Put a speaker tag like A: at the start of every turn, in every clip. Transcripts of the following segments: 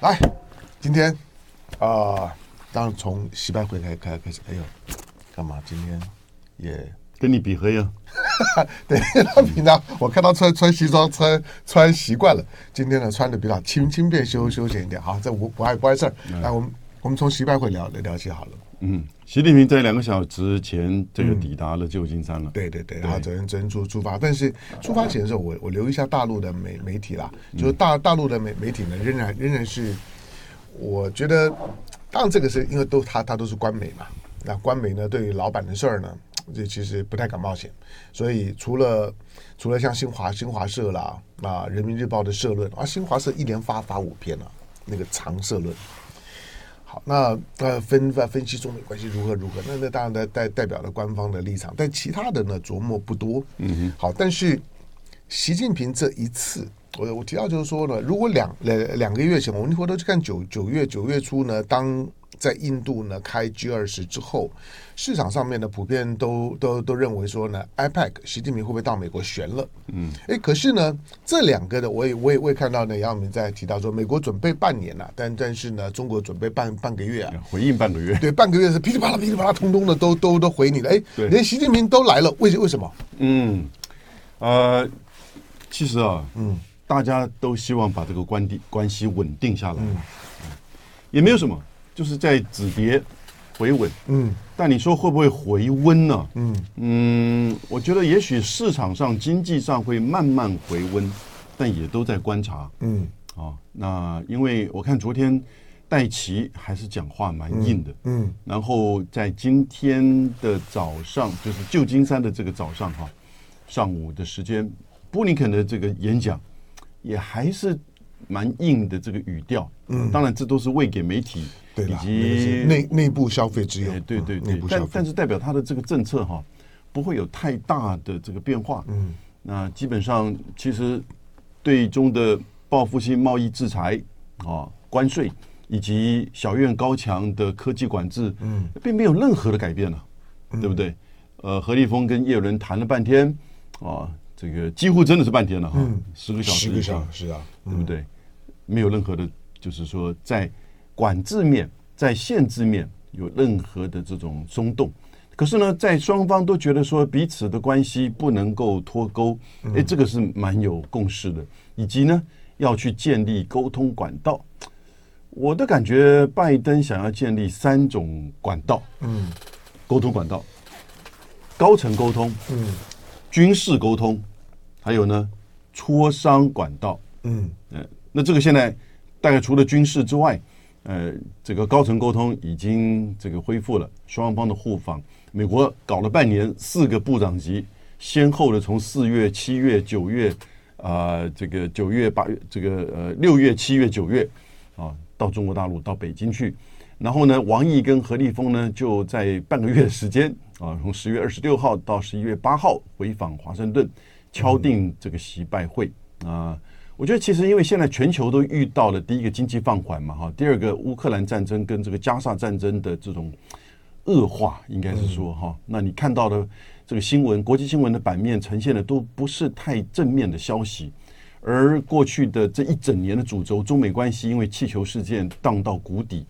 A: 来，今天啊、当然从西班牙回来开开始，哎呦，干嘛今天也？
B: 跟你比黑呀、
A: 对，他平常我看他穿穿西装穿穿习惯了，今天呢穿的比较轻轻便休休闲一点。好，这我不碍不碍事儿。来，我们我们从西班牙回聊聊起好了。
B: 嗯，习近平在两个小时前这个抵达了旧金山了。
A: 对对对，然后昨天昨天出出发，但是出发前的时候，我我留意一下大陆的媒媒体啦，就是大大陆的媒媒体呢，仍然仍然是，我觉得，当然这个是因为都他他都是官媒嘛，那官媒呢对于老板的事儿呢，这其实不太敢冒险，所以除了除了像新华新华社啦，啊人民日报的社论啊，新华社一连发发五篇啊，那个长社论，好，那呃分分析中美关系如何如何，那那当然代代代表了官方的立场，但其他的呢琢磨不多。嗯哼，好，但是习近平这一次，我我提到就是说呢，如果两两两个月前，我们回头去看九九月九月初呢，当在印度呢开 G 二十之后，市场上面呢普遍都都都认为说呢，IPAC 习近平会不会到美国悬了？嗯，哎，可是呢，这两个的我也我也我也看到呢，杨永明在提到说，美国准备半年呐、但但是呢，中国准备半半个月啊，
B: 回应半个月，
A: 对，半个月是噼里啪啦、噼里啪啦，通通的都都都回你了。哎，
B: 对
A: 连习近平都来了，为为什么？
B: 嗯，呃，其实啊，嗯，大家都希望把这个关系关系稳定下来，嗯也没有什么，就是在止跌回稳，
A: 嗯，
B: 但你说会不会回温呢？嗯嗯，我觉得也许市场上、经济上会慢慢回温，但也都在观察。
A: 嗯
B: 啊，那因为我看昨天戴奇还是讲话蛮硬的，
A: 嗯，
B: 然后在今天的早上，就是旧金山的这个早上哈、上午的时间，布林肯的这个演讲也还是蛮硬的这个语调，嗯，当然这都是喂给媒体
A: 对
B: 以
A: 啦，那个
B: 及
A: 是内内部消费只有
B: 哎，对对
A: 嗯
B: 对
A: 内，部消
B: 但
A: 费
B: 但是代表他的这个政策哈、不会有太大的这个变化。嗯，那基本上其实对中的报复性贸易制裁啊、关税以及小院高墙的科技管制，嗯，并没有任何的改变啊，
A: 嗯
B: 对不对？呃，何立峰跟叶伦谈了半天啊，这个几乎真的是半天了哈，十个小时
A: 嗯十
B: 以
A: 个
B: 上
A: 小时啊，
B: 对不对？没有任何的，就是说在管制面、在限制面有任何的这种松动。可是呢，在双方都觉得说彼此的关系不能够脱钩，
A: 嗯
B: 哎，这个是蛮有共识的，以及呢要去建立沟通管道。我的感觉，拜登想要建立三种管道，
A: 嗯
B: 沟通管道，高层沟通，
A: 嗯
B: 军事沟通，还有呢磋商管道。
A: 嗯
B: 呃，那这个现在大概除了军事之外，呃，这个高层沟通已经这个恢复了，双方的互访。美国搞了半年，四个部长级先后的从四月、七月、九月，啊、这个九月、八月，这个呃六月、七月、九月，啊，到中国大陆到北京去。然后呢，王毅跟何立峰呢就在半个月的时间 啊，从十月二十六号到十一月八号回访华盛顿，敲定这个习拜会啊。我觉得其实因为现在全球都遇到了第一个经济放缓嘛哈，第二个乌克兰战争跟这个加沙战争的这种恶化，应该是说哈、那你看到的这个新闻，国际新闻的版面呈现的都不是太正面的消息。而过去的这一整年的主轴，中美关系因为气球事件荡到谷底，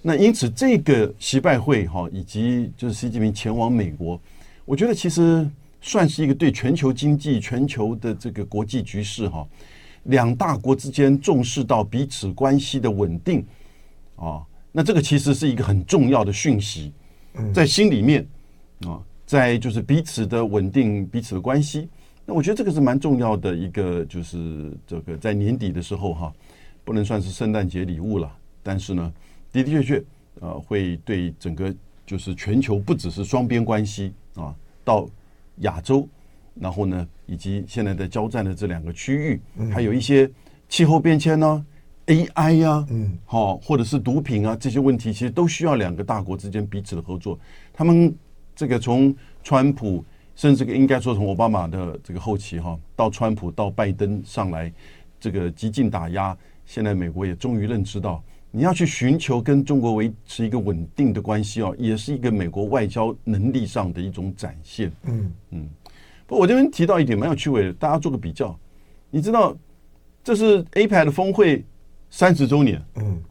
B: 那因此这个习拜会哈、以及就是习近平前往美国，我觉得其实算是一个对全球经济、全球的这个国际局势哈、两大国之间重视到彼此关系的稳定啊，那这个其实是一个很重要的讯息，在心里面啊，在就是彼此的稳定、彼此的关系。那我觉得这个是蛮重要的一个，就是这个在年底的时候哈、不能算是圣诞节礼物了，但是呢，的的确确呃，会对整个就是全球不只是双边关系啊，到亚洲，然后呢，以及现在在交战的这两个区域，还有一些气候变迁呢、AI 啊呀、嗯，好、或者是毒品啊这些问题，其实都需要两个大国之间彼此的合作。他们这个从川普，甚至应该说从奥巴马的这个后期哈、到川普到拜登上来，这个极尽打压，现在美国也终于认知到，你要去寻求跟中国维持一个稳定的关系哦，也是一个美国外交能力上的一种展现。
A: 嗯
B: 不，我这边提 E 到一点蛮有趣味的，大家做个比较。你知道，这是 APEC 的峰会三十周年，
A: 嗯，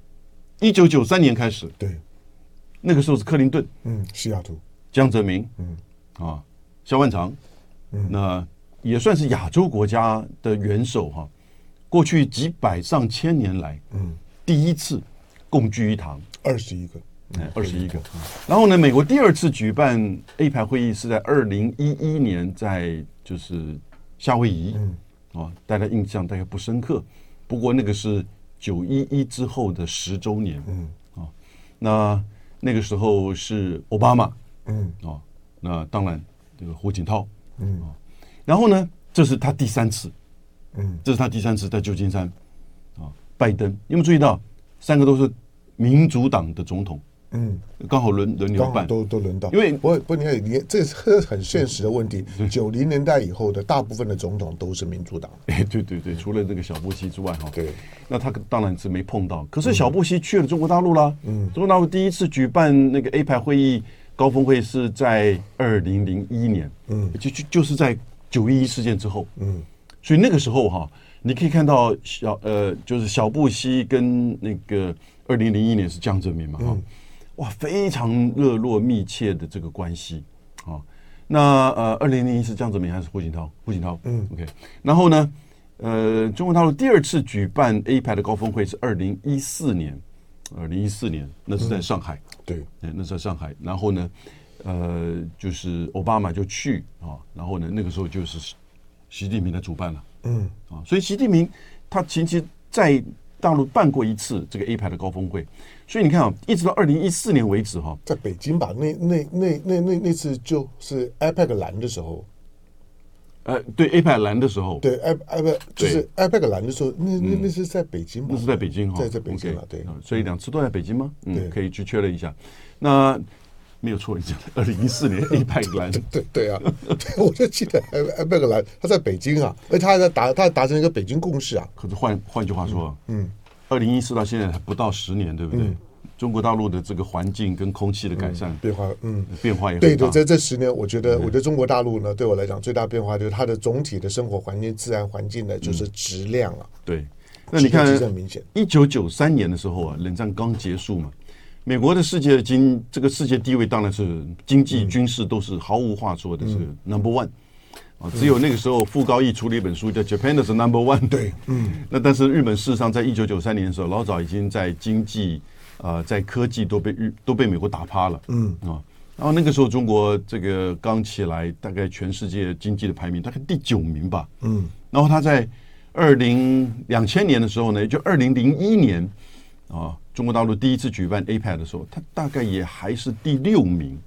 B: 一九九三年开始，
A: 对，
B: 那个时候是克林顿、
A: 嗯，西雅图，
B: 江泽民，嗯，啊，萧万长，那也算是亚洲国家的元首哈、过去几百上千年来，嗯，第一次共聚一堂，
A: 二十一个，嗯
B: 哎，二十一个。然后呢，美国第二次举办 A 排会议是在二零一一年，在就是夏威夷，哦，大家印象大概不深刻。不过那个是九一一之后的十周年，嗯，哦，那那个时候是奥巴马，
A: 嗯，
B: 哦，那当然这个胡锦涛，嗯、哦，然后呢，这是他第三次，
A: 嗯，
B: 这是他第三次在旧金山，啊、拜登，你有没有注意到，三个都是民主党的总统，
A: 嗯，
B: 刚好轮轮流
A: 刚好
B: 办，
A: 都都轮到，
B: 因为嗯
A: 不不，你看，你这是很现实的问题。九零年代以后的大部分的总统都是民主党，
B: 哎， 对对对，除了那个小布希之外哈，
A: 对，嗯
B: 那他当然是没碰到。可是小布希去了中国大陆啦，嗯，中国大陆第一次举办那个 A 排会议高峰会是在二零零一年，嗯，就就就是在九一一事件之后，嗯，所以那个时候哈，你可以看到小呃，就是小布希跟那个二零零一年是江泽民嘛，哈、
A: 嗯
B: 哇，非常热络密切的这个关系啊、那呃，二零零一是江泽民还是胡锦涛？胡锦涛，嗯，OK。然后呢，呃，中国大陆第二次举办 A 排的高峰会是二零一四年，二零一四年那是在上海，
A: 对，
B: 哎，那是在上海。然后呢，呃，就是奥巴马就去啊，然后呢，那个时候就是习习近平来主办了，
A: 嗯，
B: 啊，所以习近平他其实在大陆办过一次这个 A 排的高峰会，所以你看啊，一直到二零一四年为止哈、
A: 在北京吧，那那那那那那次就是 IPAC 蓝的时候，
B: 呃，对 A 排蓝的时候，
A: 对 i i p 就是 IPAC 蓝的时候，那那那是在北京吧？
B: 嗯那是在北京哈，
A: 在在北京了，
B: OK，
A: 对，
B: 嗯所以两次都在北京吗？
A: 对
B: 嗯，可以去确认一下。那没有错，你讲 二零一 四年 A 派蓝，
A: 对对啊， 对，我就记得艾艾贝克兰他在北京啊，而且他还在达他还达成一个北京共识啊，
B: 可是换换句话说，嗯，二零一四到现在还不到十年，对不对？中国大陆的这个环境跟空气的改善
A: 变化嗯嗯。
B: 变化也
A: 对
B: 很
A: 对，
B: 大，嗯
A: 在这十年，我觉得，我觉得中国大陆呢，对我来讲最大变化就是它的总体的生活环境、自然环境呢，
B: 嗯
A: 就是质量啊，
B: 对。那你看
A: 这个很明显，
B: 一九九三年的时候啊，冷战刚结束嘛，美国的世界经这个世界地位当然是经济、
A: 嗯
B: 军事都是毫无话说的，是 number one。啊，只有那个时候傅高义出了一本书叫《Japan is Number One》。
A: 对，
B: 嗯。那但是日本事实上在一九九三年的时候，老早已经在经济、呃，在科技都被日都被美国打趴了。嗯啊，然后那个时候中国这个刚起来，大概全世界经济的排名大概第九名吧。嗯。然后他在二零两千年的时候呢，也就二零零一年啊，中国大陆第一次举办 APEC 的时候，他大概也还是第六名。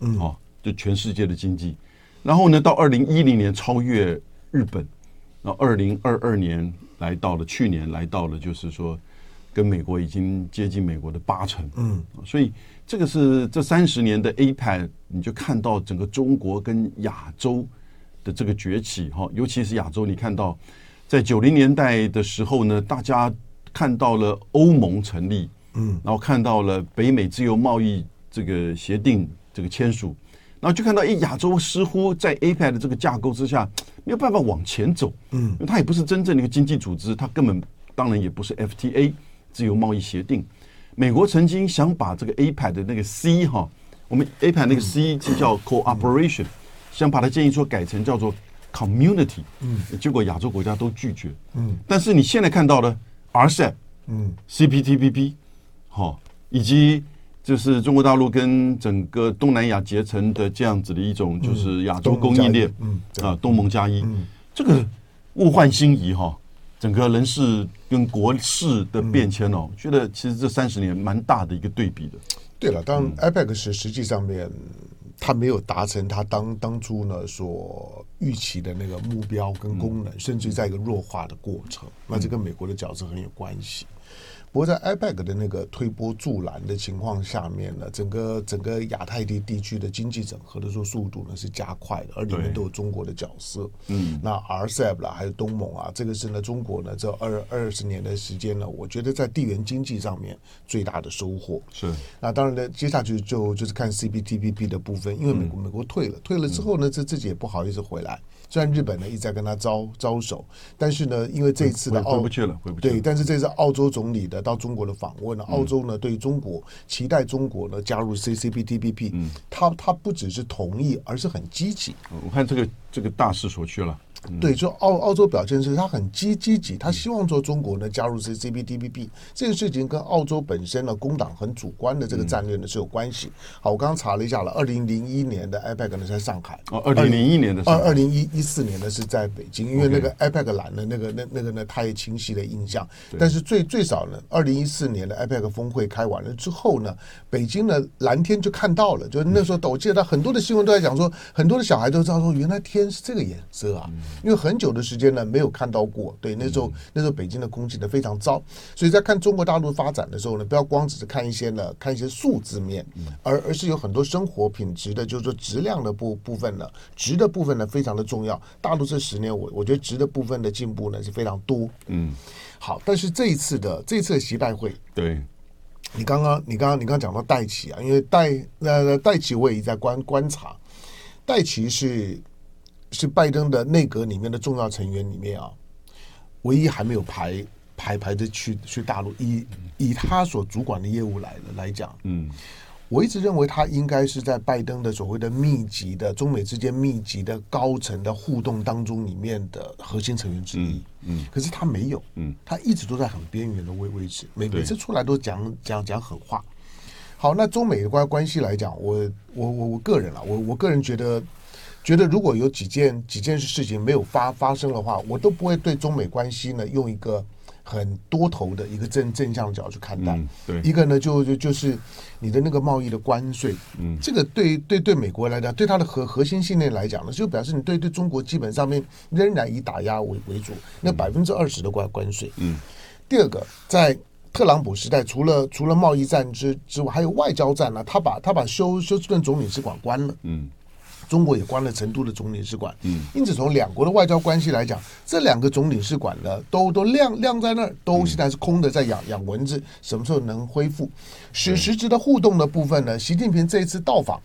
B: 嗯，哦，就全世界的经济。然后呢，到二零一零年超越日本，然后二零二二年来到了去年来到了，就是说跟美国已经接近美国的八成。嗯，所以这个是这三十年的 APEC，你就看到整个中国跟亚洲的这个崛起哈，尤其是亚洲，你看到在九零年代的时候呢，大家看到了欧盟成立，嗯，然后看到了北美自由贸易这个协定这个签署，然后就看到哎，亚洲似乎在 APEC 的这个架构之下没有办法往前走，嗯，因为它也不是真正的一个经济组织，它根本当然也不是 FTA 自由贸易协定。美国曾经想把这个 APEC 的那个 C 哈，我们 APEC 那个 C 就叫 cooperation，、想把它建议说改成叫做 community，嗯，结果亚洲国家都拒绝，嗯，但是你现在看到的 RCEP，嗯，CPTPP，好、以及就是中国大陆跟整个东南亚结成的这样子的一种就是亚洲供应链，
A: 嗯对
B: 啊，东盟加一，这个物换星移哈、整个人事跟国事的变迁哦，觉得其实这三十年蛮大的一个对比的，
A: 对了，
B: 嗯
A: 当然 IPAC 是实际上面它没有达成它当当初呢所预期的那个目标
B: 嗯
A: 跟功能，甚至在一个弱化的过程，那这跟美国的角色很有关系。不过在 IPAC 的那个推波助澜的情况下面呢，整个整个亚太地地区的经济整合的说速度呢是加快的，而里面
B: 对
A: 都有中国的角色。嗯，那 RCEP 啦，还有东盟啊，这个是呢中国呢这二二十年的时间呢，我觉得在地缘经济上面最大的收获。
B: 是
A: 那当然呢，接下去就就是看 CPTPP 的部分，因
B: 嗯
A: 为美国、美国退了，退了之后呢，这自己也不好意思回来。虽然日本呢一直在跟他招招手，但是呢，因为这一次的
B: 回
A: 澳
B: 回不去了回不去了
A: 对，但是这次澳洲总理的到中国的访问了，澳洲呢对中国期待中国呢加入 CCPTPP，、他他不只是同意，而是很积极。
B: 我看这个这个大势所趋了。
A: 对，就澳澳洲表现是他很积积极，他希望说中国呢加入 CCPTPP 这件事情跟澳洲本身呢工党很主观的这个战略呢是有关系。好，我刚刚查了一下了，二零零一年的 IPAC 呢是在上海，
B: 哦，二零零一年的时
A: 二
B: 候，
A: 二零一一四年呢是在北京，因为那个 IPAC 蓝的那个那那个呢，他也清晰的印象。但是最最少呢，二零一四年的 IPAC 峰会开完了之后呢，北京呢蓝天就看到了，就是那时候我记得他很多的新闻都在讲说，很多的小孩都知道说原来天是这个颜色啊，因为很久的时间呢没有看到过。对，那时候那时候北京的空气呢非常糟，所以在看中国大陆发展的时候呢，不要光只是看一些呢看一些数字面，而而是有很多生活品质的，就是说质量的部部分呢，值的部分呢非常的重要。大陆这十年，我我觉得值的部分的进步呢是非常多。嗯，好，但是这一次的这一次的习拜会，
B: 对，
A: 你刚刚你刚刚你刚刚讲到戴奇啊，因为戴呃戴奇我也一直在观观察，戴奇是是拜登的内阁里面的重要成员里面啊，唯一还没有排排排着去去大陆，以以他所主管的业务来的来讲，
B: 嗯，
A: 我一直认为他应该是在拜登的所谓的密集的中美之间密集的高层的互动当中里面的核心成员之一。嗯，可是他没有，嗯，他一直都在很边缘的位位置，每每次出来都讲讲讲狠话。好，那中美的关关系来讲，我我我我个人啊，我我个人觉得，觉得如果有几件几件事情没有发发生的话，我都不会对中美关系呢用一个很多头的一个正正向角去看待。
B: 嗯对
A: 一个呢就就就是你的那个贸易的关税，嗯，这个对对对美国来讲，对它的核核心信念来讲呢，就表示你对对中国基本上面仍然以打压为为主，那百分之二十的关关税，嗯，第二个，在特朗普时代，除了除了贸易战之之外，还有外交战呢、啊他把他把休休斯顿总领事馆关了，嗯，中国也关了成都的总领事馆，嗯，因此从两国的外交关系来讲，这两个总领事馆呢，都都晾晾在那儿，都现在是空的，在养养蚊子，什么时候能恢复？实实质的互动的部分呢，习近平这一次到访。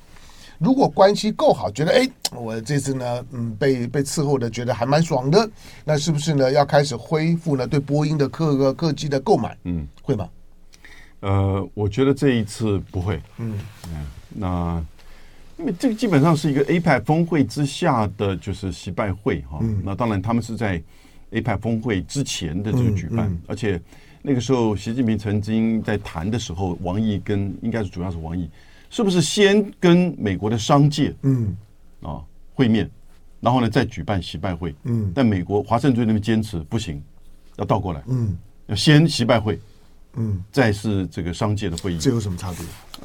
A: 如果关系够好，觉得哎，我这次呢，嗯，被被伺候的觉得还蛮爽的，那是不是呢要开始恢复呢对波音的客客客机的购买？嗯，会吗？
B: 呃，我觉得这一次不会，嗯，那因为这个基本上是一个 APEC 峰会之下的就是习拜会哈、
A: 嗯
B: 那当然他们是在 APEC 峰会之前的这
A: 嗯
B: 个举办，而且那个时候习近平曾经在谈的时候，王毅跟应该是主要是王毅，是不是先跟美国的商界
A: 嗯
B: 啊会面，然后呢再举办习拜会？
A: 嗯
B: 但美国华盛顿那边坚持不行，要倒过来，
A: 嗯
B: 要先习拜会，
A: 嗯，
B: 再是这个商界的会议。
A: 这有什么差别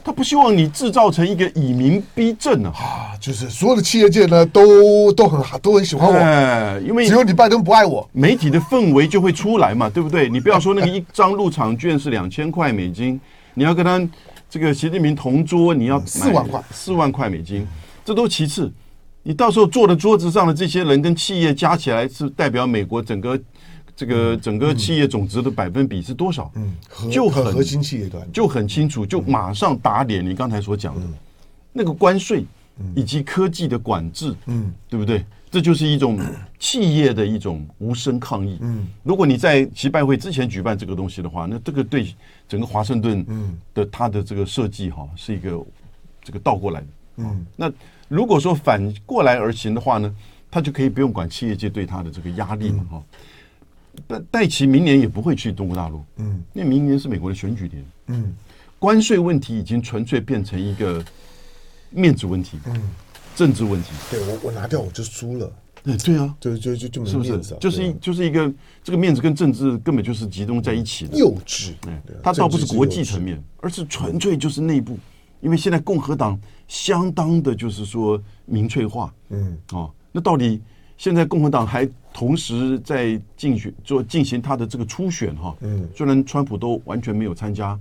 B: 他不希望你制造成一个以民逼政啊，
A: 啊？就是所有的企业界呢都都很都很喜欢我，
B: 哎，因为
A: 只有你拜登不爱我。
B: 媒体的氛围就会出来嘛，对 不对？你不要说那个一张入场券是两千块美金，你要跟他这个习近平同桌，你要买
A: 四万块
B: 四万块美金，这都其次。你到时候坐的桌子上的这些人跟企业加起来是代表美国整个这个整个企业总值的百分比是多少？
A: 嗯，核
B: 就很
A: 核心企业端，
B: 就很清楚，就马上打脸你刚才所讲的、那个关税以及科技的管制，嗯，对不对？这就是一种企业的一种无声抗议。嗯，如果你在习拜会之前举办这个东西的话，那这个对整个华盛顿的它的这个设计哈、是一个这个倒过来的。嗯，那如果说反过来而行的话呢，他就可以不用管企业界对他的这个压力嘛哈、但戴奇明年也不会去中国大陆，嗯，因为明年是美国的选举年，嗯，关税问题已经纯粹变成一个面子问题，嗯，政治问题，
A: 对我我拿掉我就输了，
B: 对对啊，
A: 就就就就没
B: 是不是
A: 面子啊？，
B: 就是一
A: 对
B: 就是一个这个面子跟政治根本就是集中在一起的，哎
A: 幼稚，嗯对啊
B: 它倒不是国际
A: 政治幼
B: 层
A: 稚
B: 面，而是纯粹就是内部，因为现在共和党相当的就是说民粹化，嗯，哦，那到底现在共和党还同时在竞选做进行他的这个初选哈、嗯，虽然川普都完全没有参加，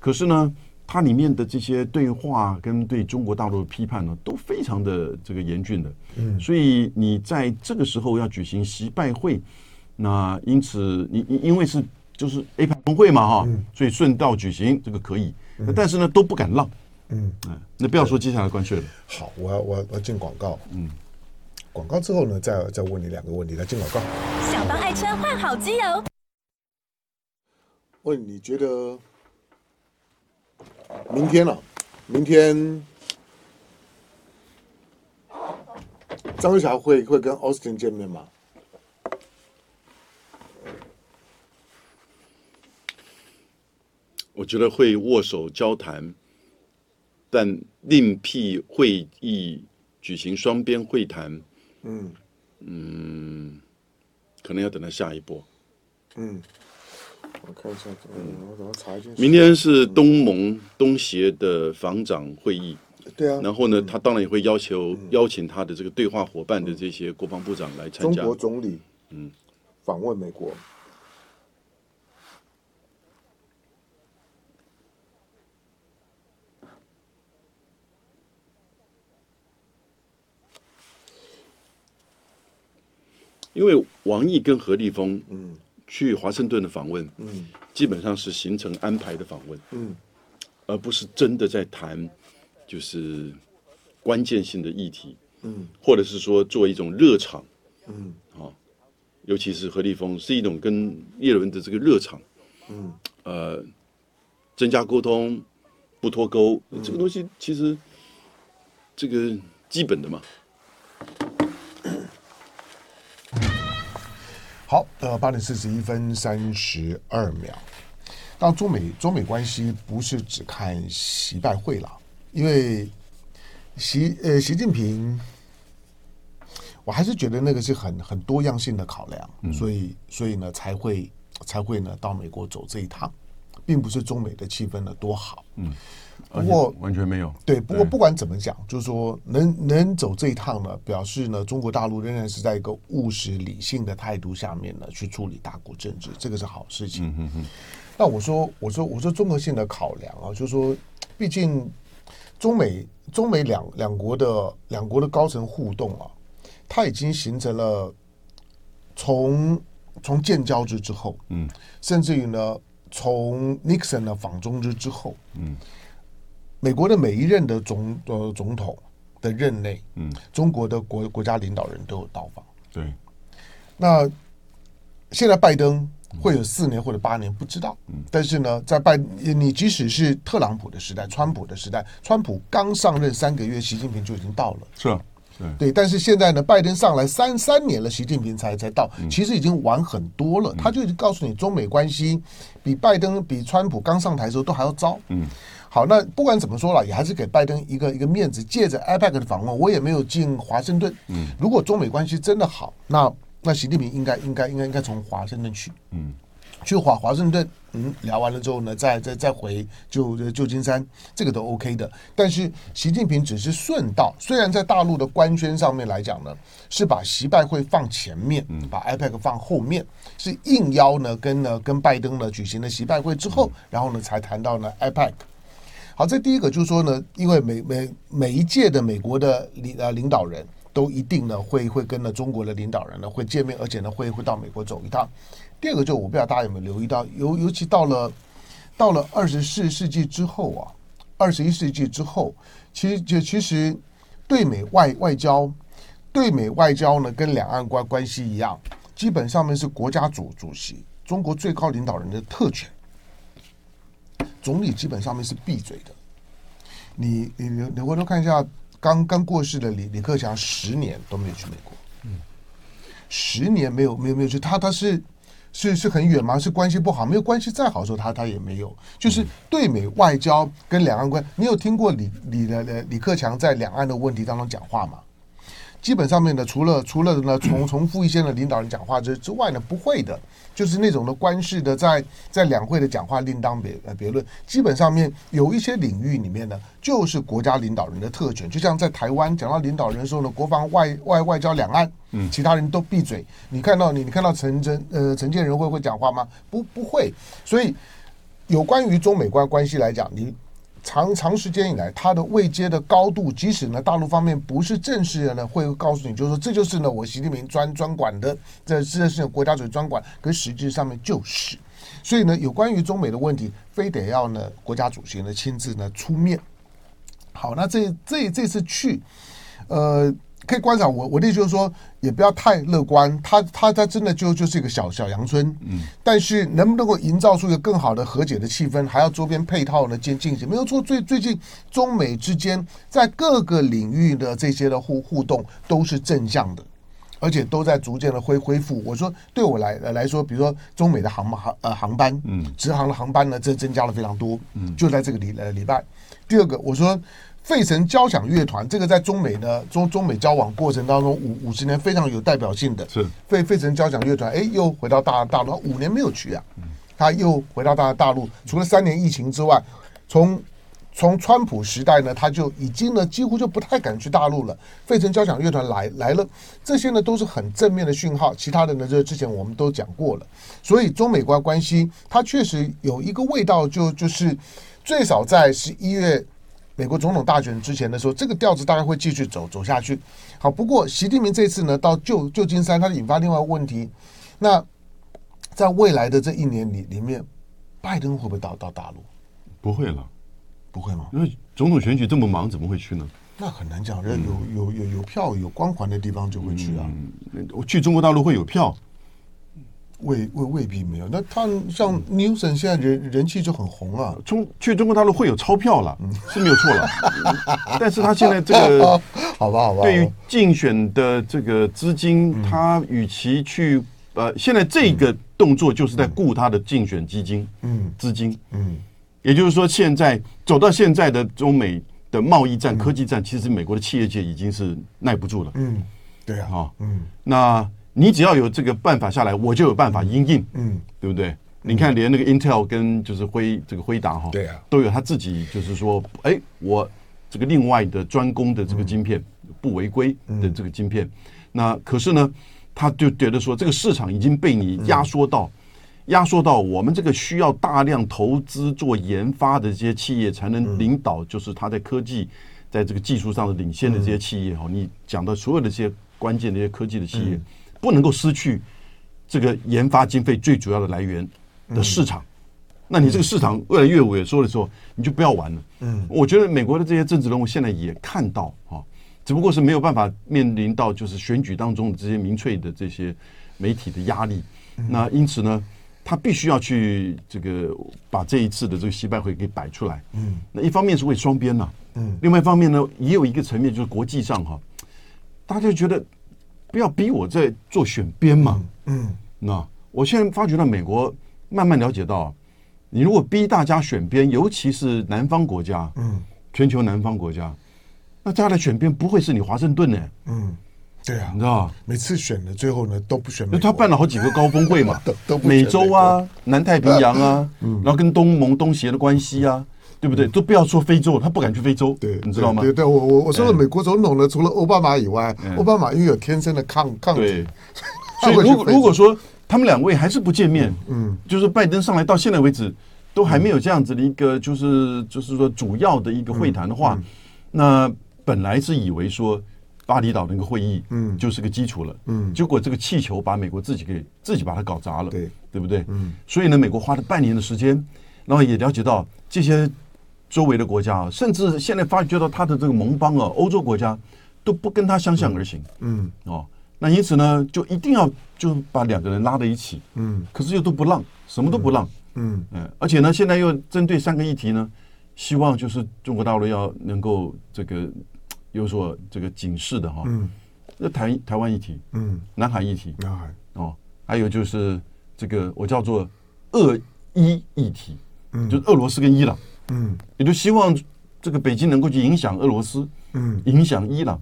B: 可是呢，它里面的这些对话跟对中国大陆的批判呢，都非常的这个严峻的。嗯，所以你在这个时候要举行习拜会，那因此你你因为是就是 A 盘峰会嘛哈，所以顺道举行这个可以，那但是呢都不敢让。嗯，那不要说接下来关税了。
A: 好，我要我要我要进广告，嗯，广告之后呢，再再问你两个问题，来进广告。
C: 小帮爱车换好机油。
A: 问你觉得明天啊，明天张志霞会会跟 Austin 见面吗？
B: 我觉得会握手交谈，但另辟会议举行双边会谈，嗯嗯，可能要等到下一波。
A: 我看一下，嗯，我怎么查一下？
B: 明天是东盟东协的防长会议，
A: 对啊，
B: 然后呢，他当然也会要求
A: 嗯
B: 邀请他的这个对话伙伴的这些国防部长来参
A: 中
B: 加。
A: 国总理嗯访问美国，
B: 因为王毅跟何立峰，嗯，去华盛顿的访问，嗯，基本上是行程安排的访问，嗯，而不是真的在谈，就是关键性的议题，嗯，或者是说做一种热场，嗯，啊，尤其是何立峰是一种跟叶伦的这个热场，嗯，呃，增加沟通，不脱钩，这个东西其实这个基本的嘛，
A: 好，呃，八点四十一分三十二秒。当然中美中美关系不是只看习拜会啦，因为习呃习近平，我还是觉得那个是很很多样性的考量，所以所以呢才会才会呢到美国走这一趟，并不是中美的气氛呢多好，嗯，不过
B: 完全没有，
A: 对，不过不管怎么讲，就是说能能走这一趟呢，表示呢中国大陆仍然是在一个务实理性的态度下面呢去处理大国政治，这个是好事情。嗯那我说我说我说综合性的考量啊，就是说，毕竟中美中美两两国的两国的高层互动啊，它已经形成了从从建交之之后，嗯，甚至于呢从 Nixon 的访中之之后，美国的每一任的总呃总统的任内，嗯，中国的国国家领导人都有到访。
B: 对。
A: 那现在拜登会有四年或者八年，不知道。但是呢，在拜你即使是特朗普的时代、川普的时代，川普刚上任三个月，习近平就已经到了。
B: 是啊，对，
A: 对，但是现在呢，拜登上来三三年了，习近平才才到，其实已经晚很多了。他就已经告诉你，中美关系比拜登、比川普刚上台的时候都还要糟。嗯，好，那不管怎么说了，也还是给拜登一个一个面子，借着 IPAC 的访问，我也没有进华盛顿。嗯，如果中美关系真的好，那那习近平应该应该应该应该从华盛顿去。去华华盛顿，嗯，聊完了之后呢，再再再回旧旧金山，这个都 OK 的。但是习近平只是顺道，虽然在大陆的官宣上面来讲呢，是把习拜会放前面，把 IPAC 放后面，是应邀呢跟呢跟拜登呢举行了习拜会之后，然后呢才谈到呢 IPAC。好，这第一个就是说呢，因为每每每一届的美国的领呃领导人都一定呢会会跟呢中国的领导人呢会见面，而且呢会会到美国走一趟。第二个就我不知道大家有没有留意到，尤尤其到了到了二十四世纪之后啊，二十一世纪之后，其实就其实对美外外交对美外交呢跟两岸关关系一样，基本上面是国家主主席中国最高领导人的特权。总理基本上面是闭嘴的。你你你你回头看一下，刚刚过世的李李克强十年都没有去美国，十年没有没有没有去，他他是是是很远吗？是关系不好？没有关系再好的时候，他他也没有，就是对美外交跟两岸关，你有听过李李的呃李克强在两岸的问题当中讲话吗？基本上面呢，除了除了呢重重复一些呢领导人讲话之之外呢，不会的，就是那种的官式的在在两会的讲话另当别呃别论。基本上面有一些领域里面呢，就是国家领导人的特权，就像在台湾讲到领导人的时候呢，国防外外外交两岸，嗯，其他人都闭嘴。你看到你你看到陈真呃陈建仁会会讲话吗？不不会，所以。有关于中美关关系来讲，你长长时间以来，它的位阶的高度，即使呢大陆方面不是正式的呢，会告诉你，就是说这就是呢我习近平专专管的，这这是国家主席专管，可实际上面就是。所以呢，有关于中美的问题，非得要呢国家主席呢亲自呢出面。好，那这这这次去，呃，可以观察我，我的意思就是说，也不要太乐观。他他他真的就就是一个小小阳春，嗯。但是能不能够营造出一个更好的和解的气氛，还要周边配套呢，进进行。没有错，最最近中美之间在各个领域的这些的互互动都是正向的。而且都在逐渐的恢恢复。我说，对我来、呃、来说，比如说中美的航航呃航班，嗯，直航的航班呢，这增加了非常多，嗯，就在这个礼呃礼拜。第二个，我说费城交响乐团这个在中美呢中中美交往过程当中五五十年非常有代表性的，
B: 是
A: 费费城交响乐团，哎，又回到大大陆，他五年没有去啊，他又回到大大陆，除了三年疫情之外，从从川普时代呢，他就已经呢几乎就不太敢去大陆了。费城交响乐团来来了，这些呢都是很正面的讯号。其他的呢，这之前我们都讲过了。所以中美关关系它确实有一个味道就，就就是最少在十一月美国总统大选之前的时候，这个调子大概会继续走走下去。好，不过习近平这次呢到旧旧金山，它引发另外一个问题。那在未来的这一年里里面，拜登会不会到到大陆？
B: 不会了。
A: 不会吗？
B: 因为总统选举这么忙，怎么会去呢？嗯
A: 那很难讲，人有有有有票有光环的地方就会去啊，
B: 我嗯去中国大陆会有票，
A: 未未未必没有。那他像 Newson 现在人人气就很红啊，
B: 中去中国大陆会有钞票了，是没有错了。 嗯但是他现在这 个
A: 好吧好吧。
B: 对于竞选的这个资金，他与其去呃，现在这个动作就是在顾他的竞选基金，嗯，资金，嗯，也就是说，现在走到现在的中美的贸易战、科技战，其实美国的企业界已经是耐不住了。
A: 嗯，对啊，
B: 啊，嗯，那你只要有这个办法下来，我就有办法应应，嗯，对不对？你看，连那个 Intel 跟就是辉这个辉达哈，
A: 对啊
B: 都有他自己就是说，哎，我这个另外的专攻的这个晶片、不违规的这个晶片，那可是呢，他就觉得说这个市场已经被你压缩到。压缩到我们这个需要大量投资做研发的这些企业，才能领导，就是它在科技，在这个技术上的领先的这些企业哈、你讲的所有的这些关键的这些科技的企业，不能够失去这个研发经费最主要的来源的市场。那你这个市场越来越萎缩的时候，你就不要玩了。嗯，我觉得美国的这些政治人物现在也看到哈、只不过是没有办法面临到就是选举当中的这些民粹的这些媒体的压力。那因此呢，他必须要去这个把这一次的这个西拜会给摆出来。嗯，那一方面是为双边呐、嗯，另外一方面呢，也有一个层面就是国际上哈、大家觉得不要逼我在做选边嘛。嗯，那我现在发觉到美国慢慢了解到，你如果逼大家选边，尤其是南方国家，嗯，全球南方国家，那大家的选边不会是你华盛顿呢、
A: 对啊
B: 你，知道吧？
A: 每次选的最后呢都不选美
B: 那
A: 国，
B: 他办了好几个高峰会嘛
A: 都都，不
B: 美
A: 选美
B: 洲
A: 国
B: 啊、南太平洋啊，然后跟东盟、东协的关系啊，对不对？都不要说非洲，他不敢去非洲，
A: 嗯对，
B: 你知道吗嗯
A: 对？对，对我我我说的美国总统呢，除了奥巴马以外，奥巴马因为有天生的抗抗体
B: 对，，所以
A: 会去
B: 如果
A: 非洲
B: 如果说他们两位还是不见面，嗯，就是拜登上来到现在为止都还没有这样子的一个就是就是说主要的一个会谈的话，那本来是以为说巴厘岛那个会议，嗯，就是个基础了，嗯，结果这个气球把美国自己给自己把它搞砸了，
A: 对
B: 对不对？嗯，所以呢，美国花了半年的时间，然后也了解到这些周围的国家啊，甚至现在发觉到他的这个盟邦啊，欧洲国家都不跟他相向而行。嗯，哦，那因此呢，就一定要就把两个人拉在一起。嗯，可是又都不让，什么都不让。嗯嗯，而且呢，现在又针对三个议题呢，希望就是中国大陆要能够这个有所这个警示的哈。嗯，那台台湾议题，嗯，南海议题，
A: 南海
B: 哦，还有就是这个我叫做俄伊议题，就是俄罗斯跟伊朗，嗯，也就希望这个北京能够去影响俄罗斯，嗯，影响伊朗，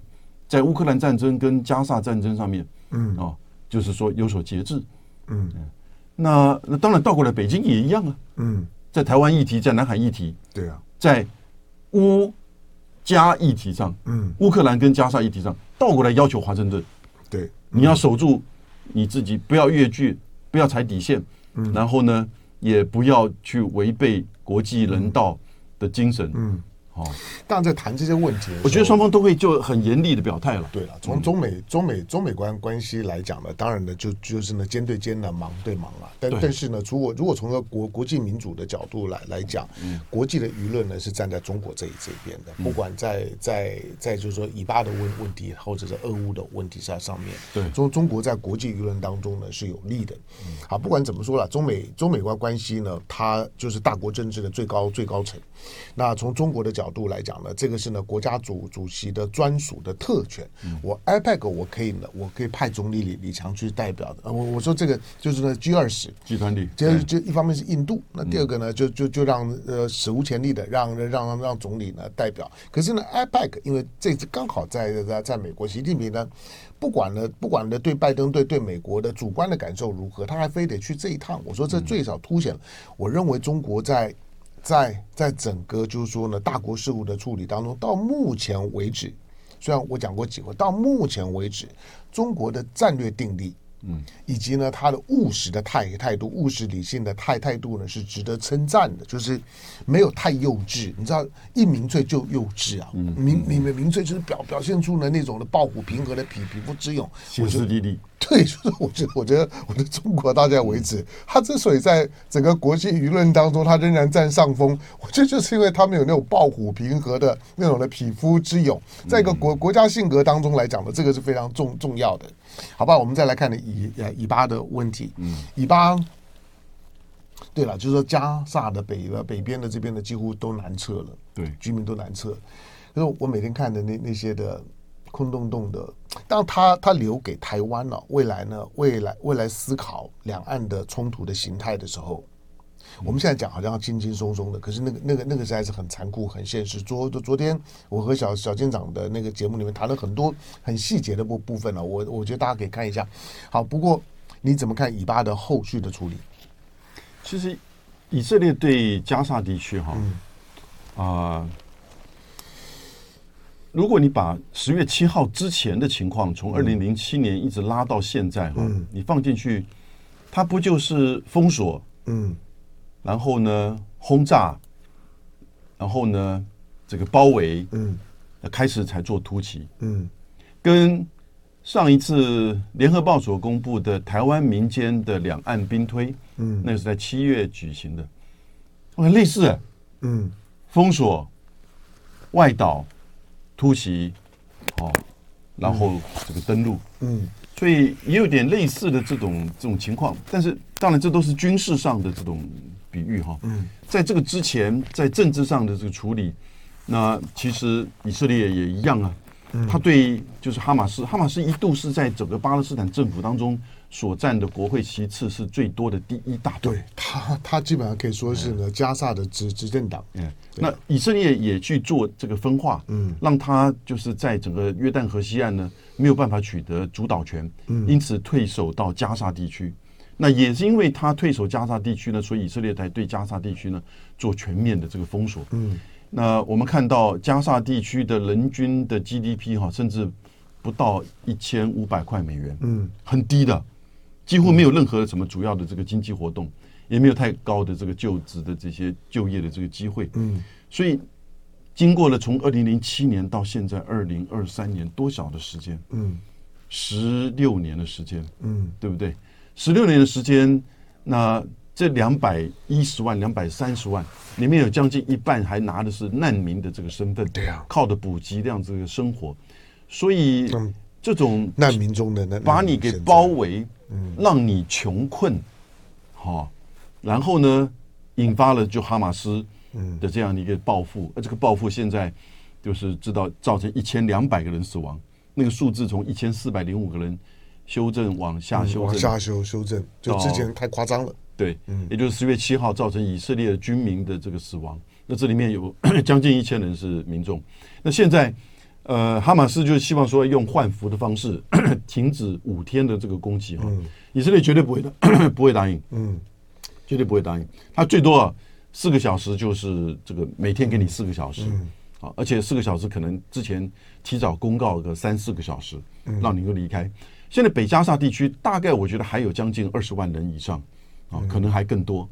B: 在乌克兰战争跟加沙战争上面，嗯，哦，就是说有所节制，嗯，那那当然倒过来，北京也一样啊，
A: 嗯，
B: 在台湾议题，在南海议题，
A: 对啊，
B: 在乌加议题上，嗯，乌克兰跟加沙议题上，倒过来要求华盛顿，
A: 对，
B: 你要守住你自己，不要越剧，不要踩底线，
A: 嗯
B: 然后呢，也不要去违背国际人道的精神，嗯，哦，
A: 当然在谈这些问题的时候，
B: 我觉得双方都会就很严厉的表态了。
A: 对了，从中美、中美、中美关关系来讲呢，当然呢，就就是呢，肩对肩呢，芒对芒了。但
B: 对
A: 但是呢，如果如果从个国国际民主的角度来来讲，
B: 嗯
A: 国际的舆论呢是站在中国这一这一边的，不管在在在就是说以巴的问问题，或者是俄乌的问题上上面，
B: 对
A: 中中国在国际舆论当中呢是有利的。啊，不管怎么说了，中美中美关关系呢，它就是大国政治的最高最高层。那从中国的角度来讲呢，这个是呢国家主主席的专属的特权。我 IPAC 我可以呢，我可以派总理李李强去代表的。呃我我说这个就是呢 G 二十。
B: 集团里，哎
A: 这这一方面是印度，那第二个呢，就就就让呃史无前例的让让让让总理呢代表。可是呢，IPAC 因为这次刚好在在在美国，习近平呢，不管呢不管呢对拜登对对美国的主观的感受如何，他还非得去这一趟。我说这最少凸显了，我认为中国在。在在整个就是说呢，大国事务的处理当中，到目前为止，虽然我讲过几回，到目前为止，中国的战略定力，嗯，以及呢他的务实的态态度、务实理性的态态度呢，是值得称赞的，就是没有太幼稚。你知道，一民粹就幼稚啊，民你们民粹就是表表现出了那种的抱虎平和的匹匹夫之勇，
B: 歇斯底里，
A: 对， 就是我觉得，我觉得，我觉得中国到现在为止，他之所以在整个国际舆论当中，他仍然占上风，我觉得就是因为他们有那种抱虎平和的那种的匹夫之勇，在一个国国家性格当中来讲的，这个是非常重重要的，好吧？我们再来看以呃以巴的问题，以巴对了，就是说加萨的北呃北边的这边的几乎都南撤了，
B: 对
A: 居民都南撤。可是我每天看的那那些的空洞洞的，当然他他留给台湾了、未来呢，未来未来思考两岸的冲突的形态的时候，我们现在讲好像要轻轻松松的，可是那个那个那个实在是很残酷、很现实。昨昨天我和小小舰长的那个节目里面谈了很多很细节的部部分了、我我觉得大家可以看一下。好，不过你怎么看以巴的后续的处理？
B: 其实以色列对加沙地区哈啊、如果你把十月七号之前的情况从二零零七年一直拉到现在哈，你放进去，它不就是封锁，
A: 嗯
B: 然后呢轰炸，然后呢这个包围，
A: 嗯
B: 呃开始才做突袭，
A: 嗯
B: 跟上一次联合报所公布的台湾民间的两岸兵推，
A: 嗯
B: 那个是在七月举行的，很类似、啊
A: 嗯
B: 封锁、外岛、突袭，哦，然后这个登陆，
A: 嗯
B: 所以也有点类似的这种这种情况，但是当然这都是军事上的这种比喻哈。嗯，在这个之前，在政治上的这个处理，那其实以色列也一样啊。他对就是哈马斯，哈马斯一度是在整个巴勒斯坦政府当中所占的国会席次是最多的第一大队。
A: 对他，他基本上可以说是
B: 哎
A: 呢加萨的执执政党。
B: 嗯，那以色列也去做这个分化，嗯，让他就是在整个约旦河西岸呢没有办法取得主导权，嗯，因此退守到加沙地区。那也是因为他退守加沙地区呢，所以以色列才对加沙地区呢做全面的这个封锁。嗯，那我们看到加沙地区的人均的 GDP 哈、甚至不到一千五百块美元，嗯，很低的，几乎没有任何什么主要的这个经济活动，也没有太高的这个就职的这些就业的这个机会。嗯，所以经过了从二零零七年到现在二零二三年多少的时间？
A: 嗯
B: 十六年的时间，
A: 嗯
B: 对不对？十六年的时间，那这两百一十万、两百三十万里面有将近一半还拿的是难民的这个身份，
A: 对啊
B: 靠的补给这样子的生活，所以
A: 嗯
B: 这种
A: 难民中的那
B: 把你给包，围，
A: 嗯
B: 让你穷困，好、然后呢，引发了就哈马斯
A: 嗯
B: 的这样的一个报复，呃而这个报复现在就是知道造成一千两百个人死亡，那个数字从一千四百零五个人修正往下
A: 那
B: 修
A: 往
B: 正，
A: 下修修正，就之前太夸张了。
B: 对，也就是十月七号造成以色列军民的这个死亡，那这里面有 将近一千人是民众。那现在，呃，哈马斯就希望说用换服的方式 停止五天的这个攻击哈、以色列绝对不会的， 不会答应，
A: 嗯
B: 绝对不会答应。他最多啊四个小时，就是这个每天给你四个小时，啊，而且四个小时可能之前提早公告个三四个小时，让你就离开。现在北加沙地区大概我觉得还有将近二十万人以上，啊，可能还更多，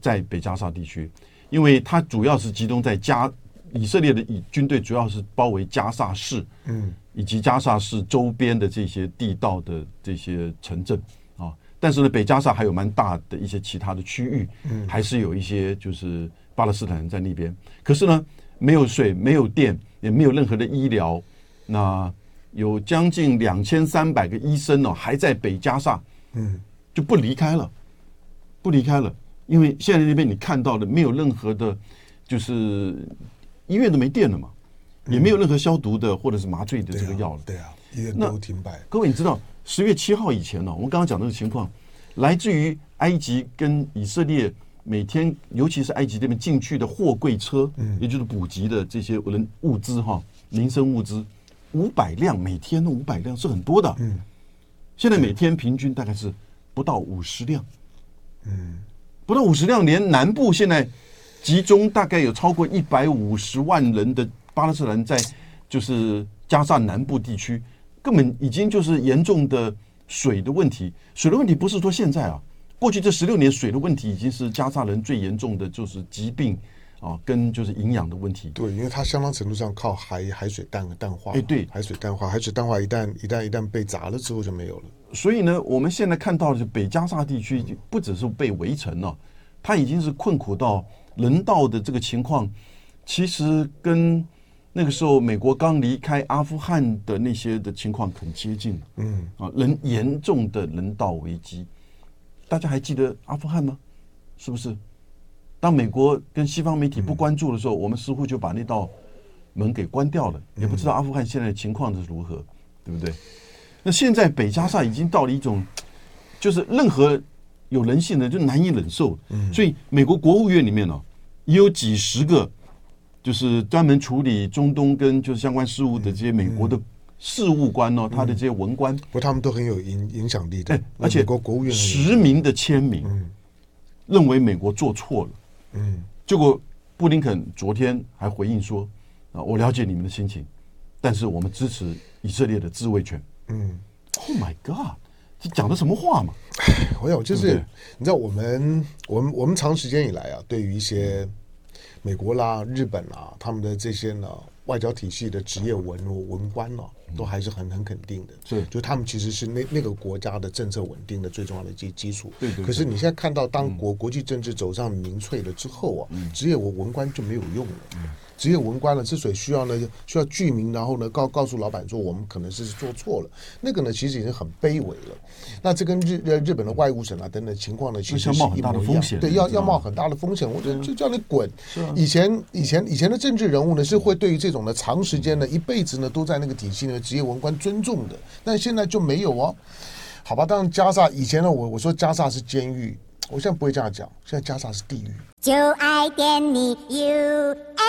B: 在北加沙地区，因为它主要是集中在加以色列的以军队主要是包围加萨市，嗯，以及加萨市周边的这些地道的这些城镇啊。但是呢，北加沙还有蛮大的一些其他的区域，嗯，还是有一些就是巴勒斯坦人在那边。可是呢，没有水，没有电，也没有任何的医疗。那有将近两千三百个医生哦，还在北加沙，嗯，就不离开了，不离开了，因为现在那边你看到的没有任何的，就是医院都没电了嘛，也没有任何消毒的或者是麻醉
A: 嗯
B: 的
A: 对
B: 这个
A: 啊
B: 药了。
A: 对啊，医院
B: 那
A: 都停摆，
B: 各位，你知道十月七号以前哦呢、我们刚刚讲这个情况，来自于埃及跟以色列每天，尤其是埃及这边进去的货柜车，也就是补给的这些人物资哈，民生物资，五百辆每天的五百辆是很多的，嗯，现在每天平均大概是不到五十辆，不到五十辆，连南部现在集中大概有超过一百五十万人的巴勒斯坦人在就是加沙南部地区，根本已经就是严重的水的问题。水的问题不是说现在啊，过去这十六年水的问题已经是加沙人最严重的就是疾病啊，跟就是营养的问题。
A: 对，因为它相当程度上靠海海水淡淡化嘛，
B: 哎对
A: 海水淡化，海水淡化一旦一旦一旦被砸了之后就没有了，
B: 所以呢，我们现在看到的是北加沙地区不只是被围城了、它已经是困苦到人道的这个情况，其实跟那个时候美国刚离开阿富汗的那些的情况很接近。嗯，啊，人严重的人道危机，大家还记得阿富汗吗？是不是？当美国跟西方媒体不关注的时候，我们似乎就把那道门给关掉了，也不知道阿富汗现在的情况是如何，对不对？那现在北加沙已经到了一种，就是任何有人性的就难以忍受。所以美国国务院里面呢、哦也有几十个就是专门处理中东跟就是相关事务的这些美国的事务官哦，他的这些文官，
A: 不过他们都很有影影响力的
B: 哎，而
A: 嗯
B: 且
A: 美国国务院很有
B: 实名的签名，认为美国做错了。
A: 嗯，
B: 结果布林肯昨天还回应说：“啊，我了解你们的心情，但是我们支持以色列的自卫权。”
A: 嗯
B: ，Oh my God，这讲的什么话嘛？
A: 我想就是
B: 对不对
A: 你知道我们我们我们长时间以来啊，对于一些美国啦、日本啦，他们的这些呢外交体系的职业文文官呢、都还是很很肯定的。
B: 嗯是
A: 就他们其实是那那个国家的政策稳定的最重要的基基础。
B: 对对对嗯
A: 可是你现在看到，当国、国际政治走上民粹了之后啊，职业文文官就没有用了。
B: 嗯
A: 职业文官呢，之所以需要呢，需要具名，然后呢，告告诉老板说我们可能是做错了，那个呢，其实已经很卑微了。那这跟日呃日本的外务省啊等等情况呢，其实
B: 那
A: 是
B: 是要冒
A: 一
B: 很大的啊
A: 模一
B: 风
A: 样
B: 险
A: 对，
B: 你
A: 要
B: 知
A: 要
B: 道
A: 冒
B: 吗
A: 很大的风险，我
B: 嗯
A: 就就叫你滚。
B: 啊
A: 以前以前以前的政治人物呢，是会对于这种呢长时间
B: 嗯
A: 呢一辈子呢都在那个体系呢职业文官尊重的，但现在就没有哦。好吧，当然加萨以前呢，我我说加萨是监狱，我现在不会这样讲，现在加萨是地狱。
C: 就爱点你 UFO。